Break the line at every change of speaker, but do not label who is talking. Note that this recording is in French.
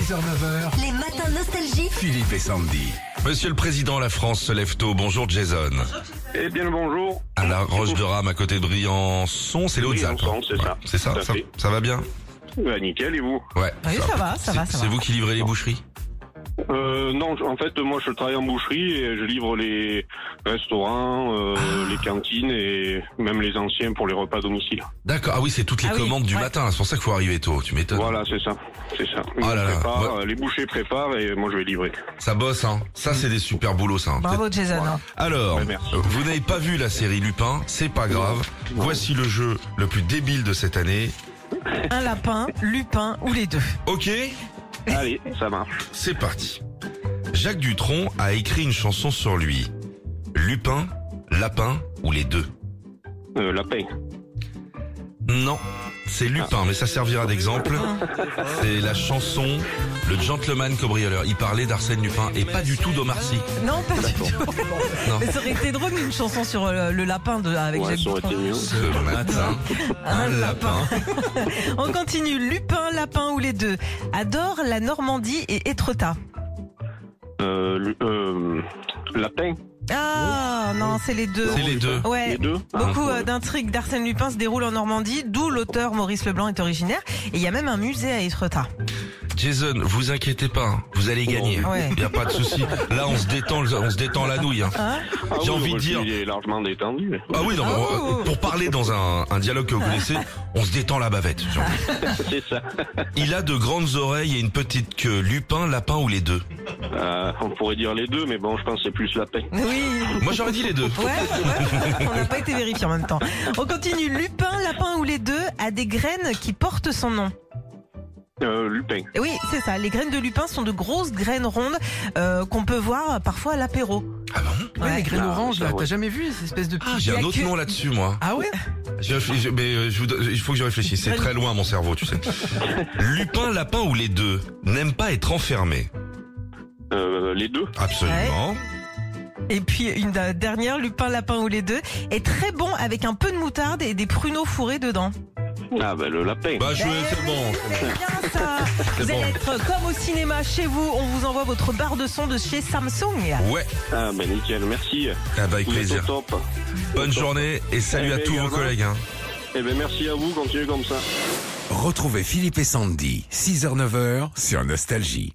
6h-9h,
Les matins nostalgiques.
Philippe et Sandy.
Monsieur le Président, la France se lève tôt. Bonjour Jason.
Eh bien le bonjour.
À la Roche de Rame, à côté de Briançon, c'est les Hautes-Alpes.
Briançon, c'est
Ouais,
ça.
C'est ça,
Tout à
ça,
fait.
ça va bien
Bah, nickel, et vous
Ouais.
Oui, ça va, ça
C'est-
va, Ah, ça
C'est
va.
vous qui livrez les boucheries
euh, Non, je- en fait, moi je travaille en boucherie et je livre les restaurants, euh,
Ah.
les cantines et même les anciens pour les repas à domicile.
D'accord. Ah oui, c'est toutes les
Ah oui,
commandes du
ouais.
matin. là. C'est pour ça qu'il faut arriver tôt. Tu m'étonnes.
Voilà, c'est ça. C'est ça.
Ah
Ils
là là,
préparent,
moi-
euh, Les bouchers préparent et moi je vais livrer.
Ça bosse, hein. Ça, c'est des super boulots, ça. hein.
Bravo Jason. hein.
Alors,
Ouais, merci.
vous n'avez pas vu la série Lupin, c'est pas grave.
Non.
Voici le jeu le plus débile de cette année.
Un lapin, Lupin ou les deux.
Ok,
Allez, ça marche.
c'est parti. Jacques Dutronc a écrit une chanson sur lui. Lupin, Lapin ou les deux
Euh, la paix.
Non, c'est Lupin, mais ça servira d'exemple. C'est la chanson Le Gentleman Cabrioleur. Il parlait d'Arsène Lupin et pas du tout d'Omar Sy.
Non, pas du tout.
Non.
Mais ça aurait été drôle une chanson sur euh, le, lapin de, avec
Ouais,
Jacques
ça aurait été
Dutronc.
mieux.
Ce matin, un lapin.
On continue. Lupin, lapin ou les deux. Adore la Normandie et Étretat.
Euh, le- euh, la paix,
Ah non, c'est les deux.
C'est les deux.
les
Ouais.
deux.
Beaucoup
Ah,
euh, d'intrigues d'Arsène Lupin se déroulent en Normandie, d'où l'auteur Maurice Leblanc est originaire. Et il y a même un musée à Étretat.
Jason, vous inquiétez pas, hein, vous allez gagner. Il
Ouais.
y a pas de souci. Là, on se détend, on se détend la nouille. hein.
Hein
Ah
J'ai
oui,
envie de
je
dire-
suis largement détendu.
Ah oui, non, mais,
Ah,
euh,
ouh.
pour parler dans un, un dialogue que vous connaissez, on se détend la bavette. j'ai envie de dire.
c'est ça.
Il a de grandes oreilles et une petite queue. Lupin, lapin ou les deux
Euh, on pourrait dire les deux, mais bon, je pense que c'est plus la paix.
Oui.
Moi, j'aurais dit les deux.
Ouais, ouais, on n'a pas été vérifié en même temps. On continue. Lupin, lapin ou les deux a des graines qui portent son nom.
Euh, Lupin.
Et Oui, c'est ça. Les graines de lupin sont de grosses graines rondes euh, qu'on peut voir parfois à l'apéro.
Ah bon
Ouais,
Ouais.
les graines
Ah,
oranges,
ça,
là,
ouais.
t'as jamais vu ces espèces de
Ah,
petits.
j'ai un
la
autre
queue-
nom là-dessus, moi.
Ah ouais
Je- je- mais euh, je vous donne- il faut que je réfléchisse. C'est très loin, mon cerveau, tu sais. Lupin, lapin ou les deux n'aiment pas être enfermés.
Euh, les deux.
Absolument.
Et puis une da- dernière, lupin, lapin ou les deux, est très bon avec un peu de moutarde et des pruneaux fourrés dedans.
Ah bah le lapin.
Bah, je,
Eh
c'est
oui,
bon.
c'est bien ça.
C'est
Vous
bon.
allez être comme au cinéma chez vous. On vous envoie votre barre de son de chez Samsung.
Ouais,
Ah bah nickel, merci.
Ah bah, avec
Vous êtes
plaisir.
au top.
Bonne journée et salut à
Eh,
tous vos
également.
collègues. hein.
Eh ben merci à vous, continuez comme ça.
Retrouvez Philippe et Sandy, 6h-9h sur Nostalgie.